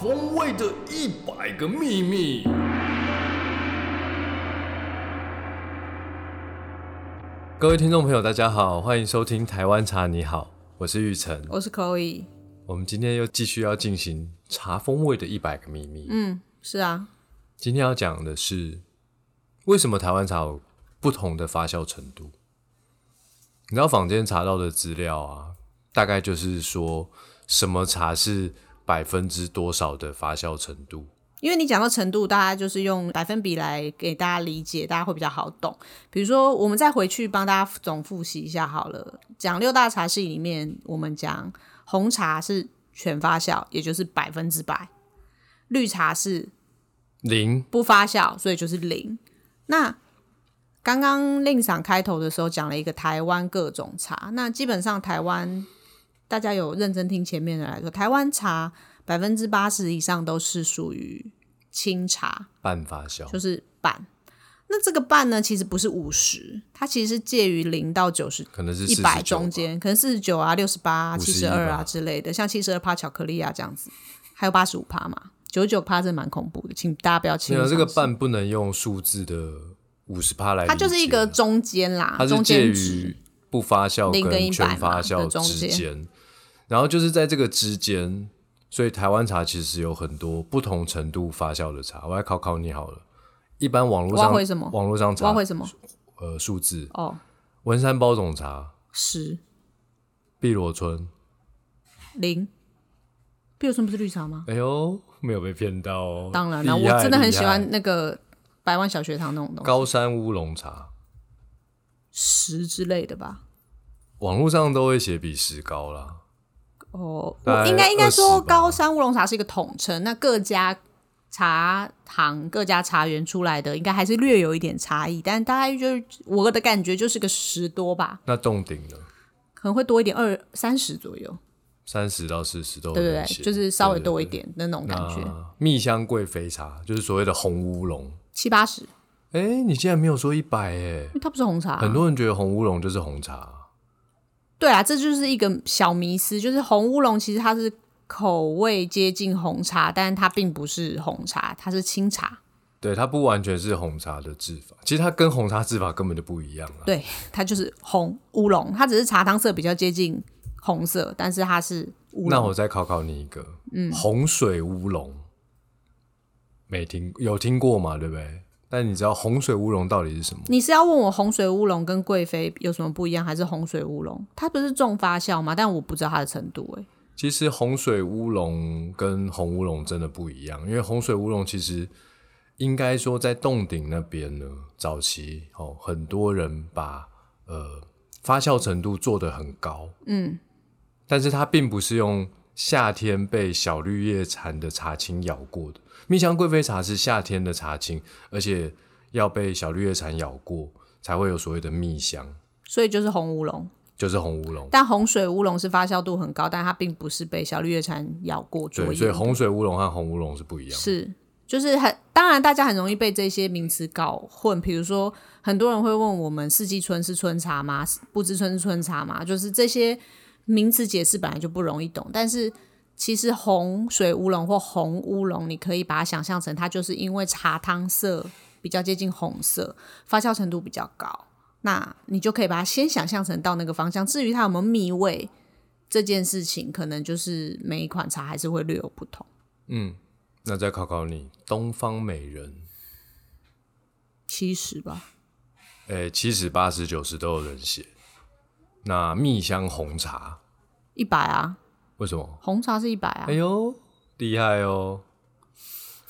风味的一百个秘密。各位听众朋友，大家好，欢迎收听《台湾茶你好》，我是玉成。我是 Chloe。我们今天又继续要进行茶风味的一百个秘密。嗯，是啊，今天要讲的是为什么台湾茶有不同的发酵程度。你知道坊间查到的资料啊，大概就是说什么茶是百分之多少的发酵程度。因为你讲到程度，大家就是用百分比来给大家理解，大家会比较好懂。比如说，我们再回去帮大家总复习一下好了。讲六大茶系里面，我们讲红茶是全发酵，也就是百分之百；绿茶是零不发酵，所以就是零。那刚刚令赏开头的时候讲了一个台湾各种茶，那基本上台湾大家有认真听前面的来说，台湾茶百分之八十以上都是属于清茶，半发酵，就是半。那这个半呢，其实不是五十，它其实是介于零到九十可能是一49百吧中间，可能四十九啊、六十八、七十51二吧啊之类的，像七十二趴巧克力啊这样子，还有八十五趴嘛，九十九趴是蛮恐怖的，请大家不要轻没易有尝试。这个半不能用数字的五十趴来理解啊，它就是一个中间啦，它是中介间值于不发酵零跟跟一全百发嘛酵的中之间间，然后就是在这个之间，所以台湾茶其实有很多不同程度发酵的茶。我来考考你好了，一般网络我要上回什么网络上我要查会什么？呃数字，哦，文山包种茶、十碧螺春，零，碧螺春不是绿茶吗？哎呦，没有被骗到哦。当然了，厉害我真的很厉喜害欢那个百万小学堂那种东西，高山乌龙茶，十之类的吧。网络上都会写比石膏啦。哦，大我概应该应该20说吧高山乌龙茶是一个统称，那各家茶行、各家茶园出来的，应该还是略有一点差异，但大概就是我的感觉就是个十多吧，那洞顶呢？可能会多一点二三十左右，三十到四十都有对不人对写？就是稍微对多一对点的那种感觉，啊蜜香贵妃茶就是所谓的红乌龙。七八十，因哎、你竟然没有说一百哎！为它不是红茶啊、很多人觉得红乌龙就是红茶，对啊，这就是一个小迷思，就是红乌龙其实它是口味接近红茶，但是它并不是红茶，它是清茶。对，它不完全是红茶的制法，其实它跟红茶制法根本就不一样啊。对，它就是红乌龙，它只是茶汤色比较接近红色，但是它是乌那龙。我再考考你一个，嗯，红水乌龙，没听有听过嘛？对不对？但你知道红水乌龙到底是什么？你是要问我红水乌龙跟贵妃有什么不一样，还是红水乌龙？它不是重发酵吗？但我不知道它的程度、欸，其实红水乌龙跟红乌龙真的不一样，因为红水乌龙其实应该说在洞顶那边呢，早期哦，很多人把呃发酵程度做得很高，嗯，但是它并不是用夏天被小绿叶蝉的茶青咬过的。蜜香贵妃茶是夏天的茶青，而且要被小绿叶蝉咬过才会有所谓的蜜香，所以就是红乌龙。就是红乌龙。但红水乌龙是发酵度很高，但它并不是被小绿叶蝉咬过灼对，眼。所以红水乌龙和红乌龙是不一样的。是，就是很当然，大家很容易被这些名词搞混。比如说，很多人会问我们四季春是春茶吗？不知春是春茶吗？就是这些名词解释本来就不容易懂，但是。其实红水乌龙或红乌龙，你可以把它想象成它就是因为茶汤色比较接近红色，发酵程度比较高，那你就可以把它先想象成到那个方向。至于它有没有蜜味这件事情，可能就是每一款茶还是会略有不同。那再考考你，东方美人，七十吧，诶、七十、八十、九十都有人写。那蜜香红茶一百啊，为什么？红茶是一百啊哎。呦，厉害哦！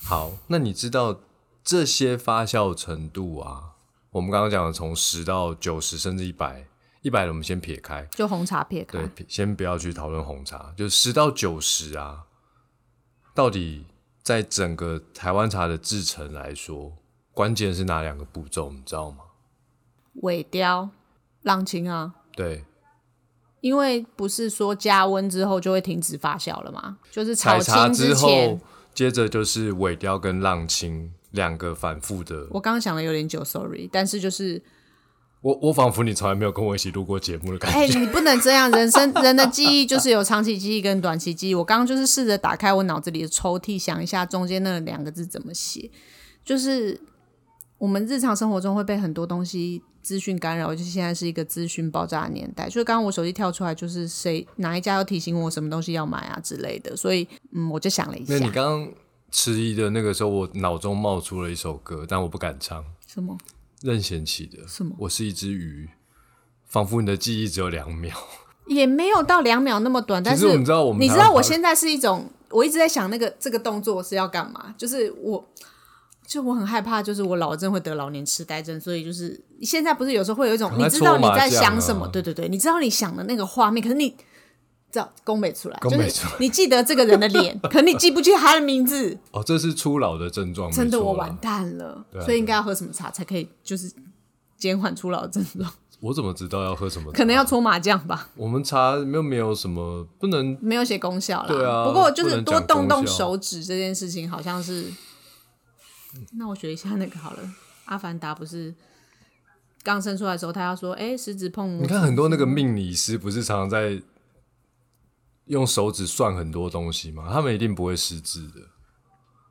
好，那你知道这些发酵程度啊？我们刚刚讲的从十到九十，甚至一百，一百的我们先撇开，就红茶撇开对，，撇先不要去讨论红茶，就十到九十啊，到底在整个台湾茶的制成来说，关键是哪两个步骤？你知道吗？尾雕、浪琴啊，对，因为不是说加温之后就会停止发酵了嘛，就是采炒茶青之后前，，接着就是尾雕跟浪青两个反复的。我刚刚想的有点久，sorry，但是就是我我仿佛你从来没有跟我一起录过节目的感觉。哎、你不能这样，人生人的记忆就是有长期记忆跟短期记忆。我刚刚就是试着打开我脑子里的抽屉，想一下中间那两个字怎么写。就是我们日常生活中会被很多东西资讯干扰，就是现在是一个资讯爆炸的年代。就是刚刚我手机跳出来，就是谁哪一家要提醒我什么东西要买啊之类的，所以嗯，我就 想了一那下你，刚刚迟疑的那个时候，我脑中冒出了一首歌，但我不敢唱，什么任贤齐的《什么我是一只鱼》，仿佛你的记忆只有两秒。也没有到两秒那么短，但其实是我们知道我们你台知湾道我台现在是一种，我一直在想那个这个动作是要干嘛，就是我。就我很害怕，就是我老了真会得老年痴呆症，所以就是现在不是有时候会有一种赶你快知搓道你麻在将想啊什么，对对对，你知道你想的那个画面，可是你知道宫北出来，宫就北是出来你记得这个人 的脸，可你记不记他的名字，哦，这是初老的症状，真的没错我啦完蛋了，啊所以应该要喝什么茶才可以，就是减缓出老的症状，我怎么知道要喝什么？可能要搓麻将吧。我们茶又没有什么不能没有写功效啦。对啊不过就不是能多讲功动动效手指这件事情，好像是。那我学一下那个好了，《阿凡达》不是刚生出来的时候，他要说：“哎、食指碰拇指。”你看很多那个命理师不是常常在用手指算很多东西吗？他们一定不会识字的，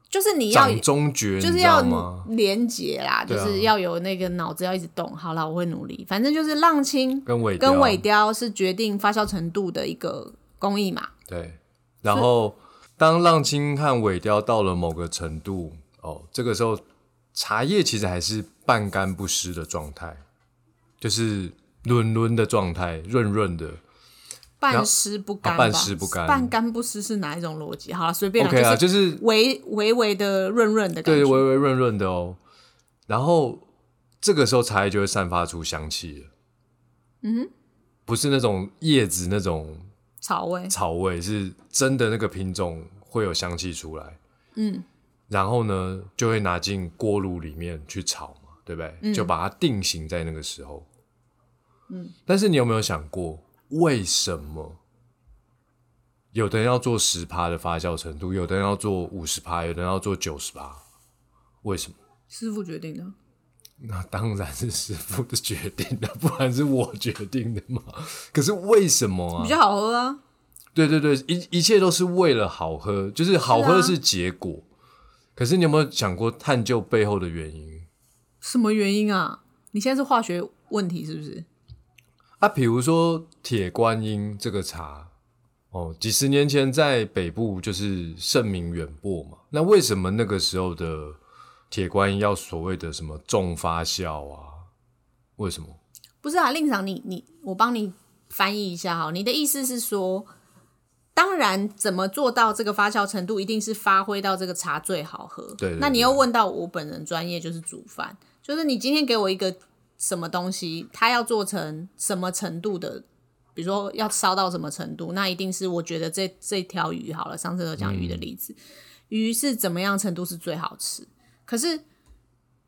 就是你要掌中诀，就你是知道要吗？连结啦，就对啊是要有那个脑子要一直动。好啦，我会努力。反正就是浪青跟尾跟雕尾雕是决定发酵程度的一个工艺嘛。对，然后当浪青和尾雕到了某个程度，哦，这个时候茶叶其实还是半干不湿的状态，就是润润的状态，润润的。半湿不干吧、啊半湿不干半干不湿是哪一种逻辑？好了，随便啦 OK 啊，就就是是微微微的润润的感对，觉。微微润润的哦。然后这个时候茶叶就会散发出香气了。嗯，不是那种叶子那种草味，草味，是真的那个品种会有香气出来。嗯，然后呢，就会拿进锅炉里面去炒嘛，对不对？就把它定型在那个时候。嗯，但是你有没有想过，为什么有的人要做十趴的发酵程度，有的人要做五十趴，有的人要做九十趴？为什么？师傅决定的。那当然是师傅的决定的，不然是我决定的嘛。可是为什么啊比？较好喝啊。对对对，一一切都是为了好喝，就是好是啊喝是结果。可是你有没有想过探究背后的原因什么原因啊？你现在是化学问题是不是？啊？比如说铁观音这个茶，哦，几十年前在北部就是盛名远播嘛。那为什么那个时候的铁观音要所谓的什么重发酵啊？为什么？不是啊，令长，你你我帮你翻译一下哈。你的意思是说，当然怎么做到这个发酵程度，一定是发挥到这个茶最好喝。对对那你对又问到我本人专业就是煮饭，就是你今天给我一个什么东西，它要做成什么程度的。比如说要烧到什么程度，那一定是我觉得这这条鱼好了，上次有讲鱼的嗯例子，鱼是怎么样程度是最好吃？可是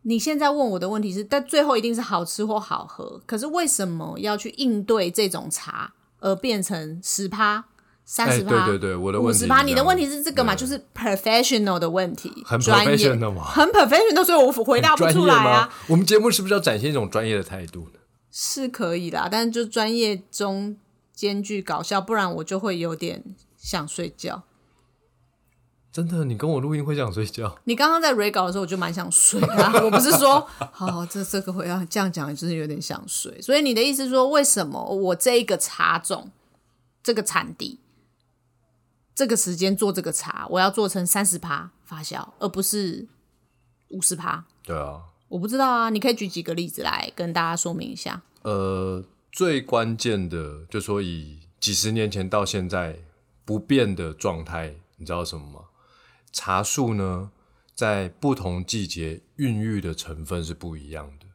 你现在问我的问题是，但最后一定是好吃或好喝。可是为什么要去应对这种茶，而变成十趴、三哎，十对趴、对对，我的五问题十是趴？这你的样问题是这个嘛？对就是 professional 的问题，很专业 professional 嘛很 professional，所以我回答不专出业来吗啊。？我们节目是不是要展现一种专业的态度呢？是可以啦，但是就专业中兼具搞笑，不然我就会有点想睡觉。真的，你跟我录音会想睡觉？你刚刚在 re 稿的时候，我就蛮想睡的啊、我不是说，好，这这个回答这样讲，就是有点想睡。所以你的意思是说，为什么我这一个茶种、这个产地、这个时间做这个茶，我要做成三十趴发酵，而不是五十趴？对啊，我不知道啊，你可以举几个例子来跟大家说明一下。呃，最关键的，就说以几十年前到现在不变的状态，你知道什么吗？茶树呢，在不同季节孕育的成分是不一样的。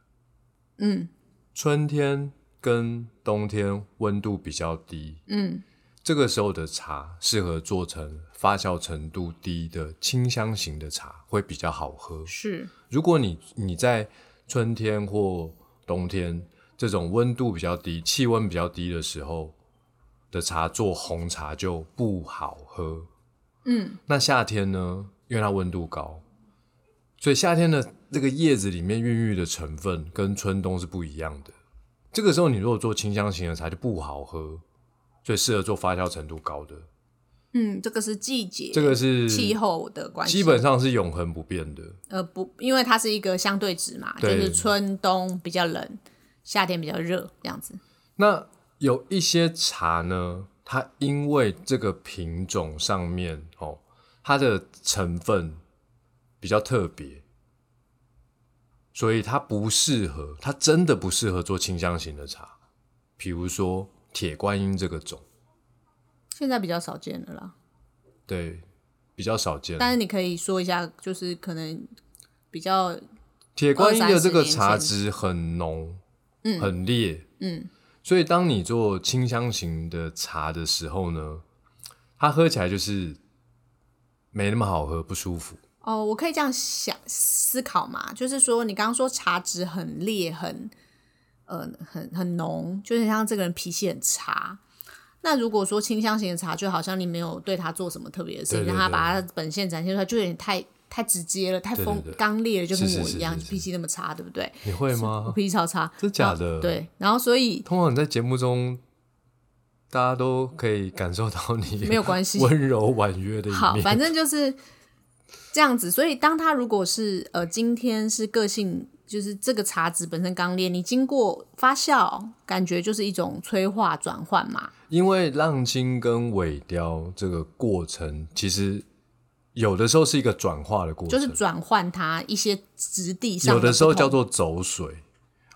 嗯春天跟冬天温度比较低，嗯，这个时候的茶适合做成发酵程度低的清香型的茶，会比较好喝。是如果你你在春天或冬天这种温度比较低、气温比较低的时候的茶做红茶就不好喝。嗯，那夏天呢，因为它温度高，所以夏天的这个叶子里面孕育的成分跟春冬是不一样的。这个时候你如果做清香型的茶就不好喝，所以适合做发酵程度高的。嗯，这个是季节，这个是气候的关系，基本上是永恒不变的。呃不，因为它是一个相对值嘛，就对是春冬比较冷，夏天比较热这样子。那有一些茶呢，它因为这个品种上面哦，它的成分比较特别，所以它不适合，它真的不适合做清香型的茶，比如说铁观音这个种，现在比较少见了啦，对，比较少见。但是你可以说一下，就是可能比较铁观音的这个20-30茶年前汁很浓，嗯，很烈，嗯，所以当你做清香型的茶的时候呢，它喝起来就是没那么好喝，不舒服。哦，我可以这样想思考嘛，就是说你刚刚说茶质很烈，很呃很很浓，就是像这个人脾气很差。那如果说清香型的茶，就好像你没有对他做什么特别的事情，对对让他对把他的本性展现出来，就有点太太直接了，太对锋对对刚烈了，就是跟我是一样，是是脾气那么差，对不对？你会我吗？脾气超差，真假的？，对。然后所以通常你在节目中，大家都可以感受到你没有关系 温柔婉约的一好，面。反正就是这样子。所以，当他如果是呃，今天是个性，就是这个茶籽本身刚烈，你经过发酵，感觉就是一种催化转换嘛。因为浪青跟尾雕这个过程，其实有的时候是一个转化的过程，就是转换它一些质地上有的的时候不同叫做走水。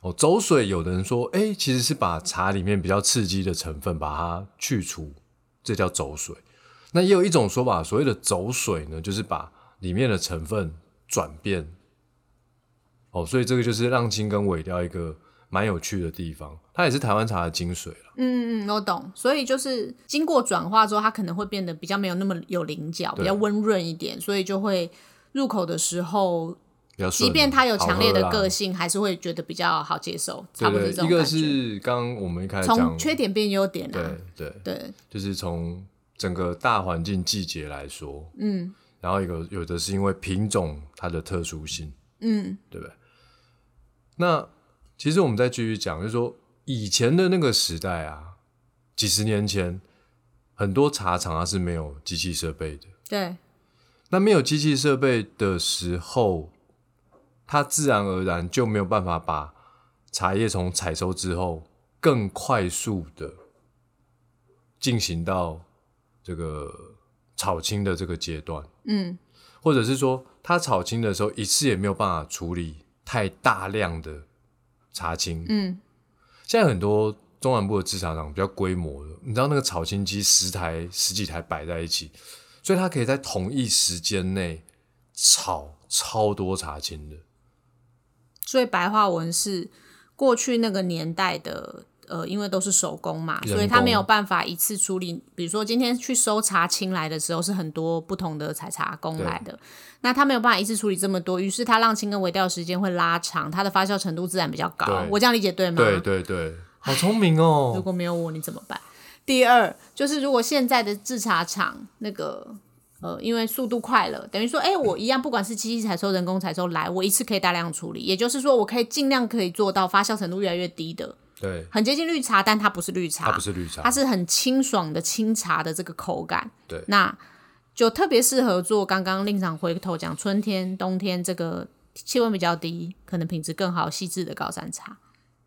哦，走水有的人说，哎、其实是把茶里面比较刺激的成分把它去除，这叫走水。那也有一种说法，所谓的走水呢，就是把里面的成分转变。哦，所以这个就是浪青跟尾雕一个蛮有趣的地方，它也是台湾茶的精髓了。嗯嗯，我懂。所以就是经过转化之后，它可能会变得比较没有那么有棱角，比对较温润一点，所以就会入口的时候，比较顺即便它有好强烈喝的啦个性，还是会觉得比较好接受，差对不多对，这种一个感觉。是刚刚我们一开始从讲，缺点变优点啊对，对，对，就是从整个大环境、季节来说，嗯，然后有有的是因为品种它的特殊性，嗯，对不对？那其实我们再继续讲，就是说以前的那个时代啊，几十年前，很多茶厂它是没有机器设备的。对，那没有机器设备的时候，它自然而然就没有办法把茶叶从采收之后更快速的进行到这个炒青的这个阶段，嗯，或者是说，它炒青的时候一次也没有办法处理太大量的茶青。嗯，现在很多中南部的制茶厂比较规模的，你知道那个炒青机十台十几台摆在一起，所以它可以在同一时间内炒超多茶青的。所以白话文是过去那个年代的，呃，因为都是手工嘛，人工所以他没有办法一次处理。比如说今天去收茶青来的时候，是很多不同的采茶工来的，那他没有办法一次处理这么多，于是他让青跟微调的时间会拉长，它的发酵程度自然比较高对。我这样理解对吗？对对对，好聪明如哦！果没有我，你怎么办？第二就是，如果现在的制茶厂那个呃，因为速度快了，等于说，哎、我一样，不管是机器采收、人工采收来，我一次可以大量处理，也就是说，我可以尽量可以做到发酵程度越来越低的，对，很接近绿茶，但它不是绿茶，它不是绿茶它，是很清爽的清茶的这个口感。对那就特别适合做刚刚令长回头讲春天、冬天这个气温比较低，可能品质更好、细致的高山茶。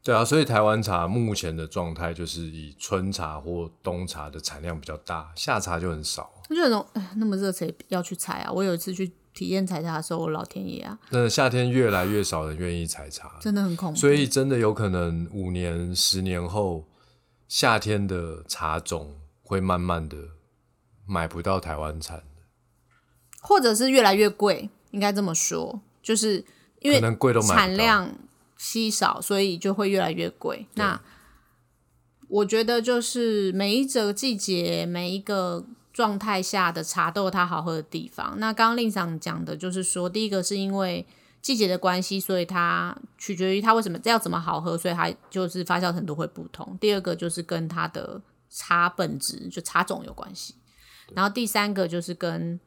对啊，所以台湾茶目前的状态就是以春茶或冬茶的产量比较大，夏茶就很少。我就有种哎那么热，谁要去采啊？我有一次去体验采茶的时候，我老天爷啊，那夏天越来越少人愿意采茶了，真的很恐怖。所以真的有可能五年、十年后，夏天的茶种会慢慢的买不到台湾产，或者是越来越贵，应该这么说，就是因可为能贵都买不到。产量稀少，所以就会越来越贵。那我觉得就是每一个季节、每一个状态下的茶豆它好喝的地方。那刚刚令长讲的就是说，第一个是因为季节的关系，所以它取决于它为什么要怎么好喝，所以它就是发酵程度会不同。第二个就是跟它的茶本质就茶种有关系，然后第三个就是跟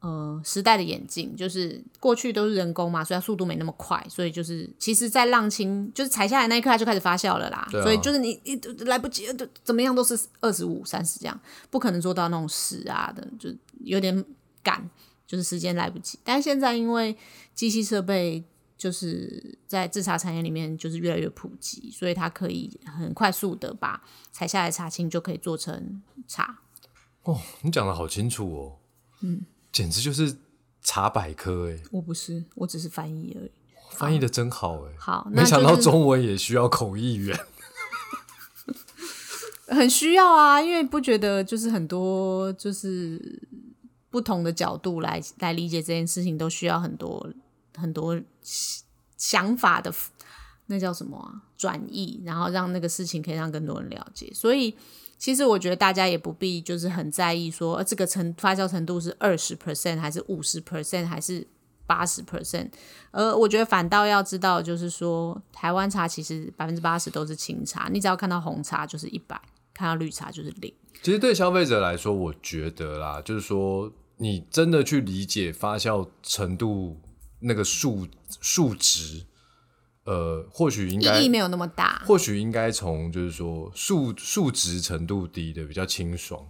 呃时代的演进，就是过去都是人工嘛，所以它速度没那么快，所以就是其实，在浪青就是采下来那一刻，它就开始发酵了啦。对啊所以就是你你来不及，就怎么样都是二十五、三十这样，不可能做到那种十啊的，就有点赶，就是时间来不及。但是现在因为机器设备就是在制茶产业里面就是越来越普及，所以它可以很快速的把采下来的茶青就可以做成茶。哦，你讲的好清楚哦，嗯，简直就是茶百科哎，我不是，我只是翻译而已。翻译的真好哎，好，那没想到就是中文也需要口译员。 很需要啊，因为不觉得就是很多就是不同的角度来来理解这件事情，都需要很多很多想法的那叫什么啊转译，然后让那个事情可以让更多人了解。所以其实我觉得大家也不必就是很在意说、呃、这个程发酵程度是二十 percent 还是五十 percent 还是八十 percent，而我觉得反倒要知道，就是说台湾茶其实百分之八十都是清茶，你只要看到红茶就是一百，看到绿茶就是零。其实对消费者来说，我觉得啦，就是说你真的去理解发酵程度那个数数值，呃，或许应该意义没有那么大。或许应该从就是说数数值程度低的比较清爽，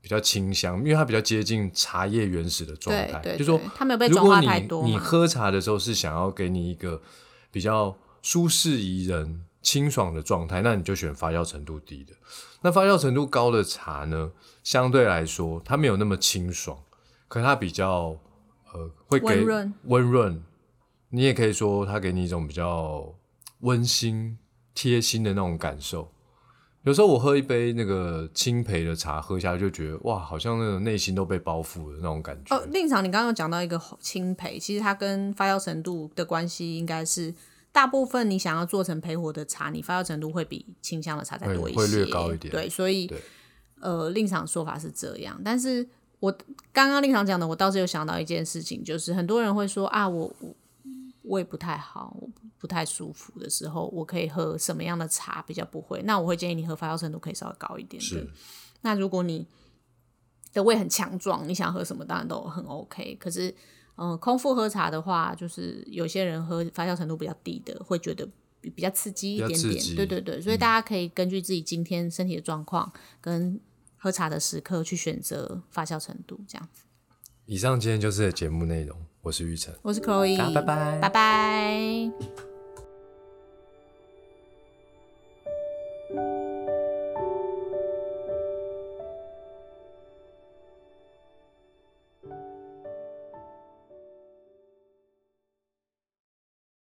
比较清香，因为它比较接近茶叶原始的状对态。对，就说对它没有被如转果化你太多你嘛。喝茶的时候是想要给你一个比较舒适宜人、清爽的状态，那你就选发酵程度低的。那发酵程度高的茶呢，相对来说它没有那么清爽，可它比较呃会给温润温润你也可以说它给你一种比较温馨、贴心的那种感受。有时候我喝一杯那个青培的茶，喝下去就觉得哇，好像那种内心都被包覆了那种感觉。哦，令场你刚刚有讲到一个青培，其实它跟发酵程度的关系应该是。大部分你想要做成培活的茶，你发酵程度会比清香的茶再会多一些，会略高一点对，所以对呃，令场说法是这样，但是我刚刚令场讲的，我倒是有想到一件事情，就是很多人会说啊，我我胃不太好，我不太舒服的时候，我可以喝什么样的茶比较不会？那我会建议你喝发酵程度可以稍微高一点的是。那如果你的胃很强壮，你想喝什么当然都很 OK。可是，嗯、空腹喝茶的话，就是有些人喝发酵程度比较低的，会觉得比比较刺激比一较点刺点。激嗯对对对，所以大家可以根据自己今天身体的状况、跟喝茶的时刻去选择发酵程度，这样子。以上今天就是节目内容，我是玉成。我是 Chloe，好拜拜拜拜。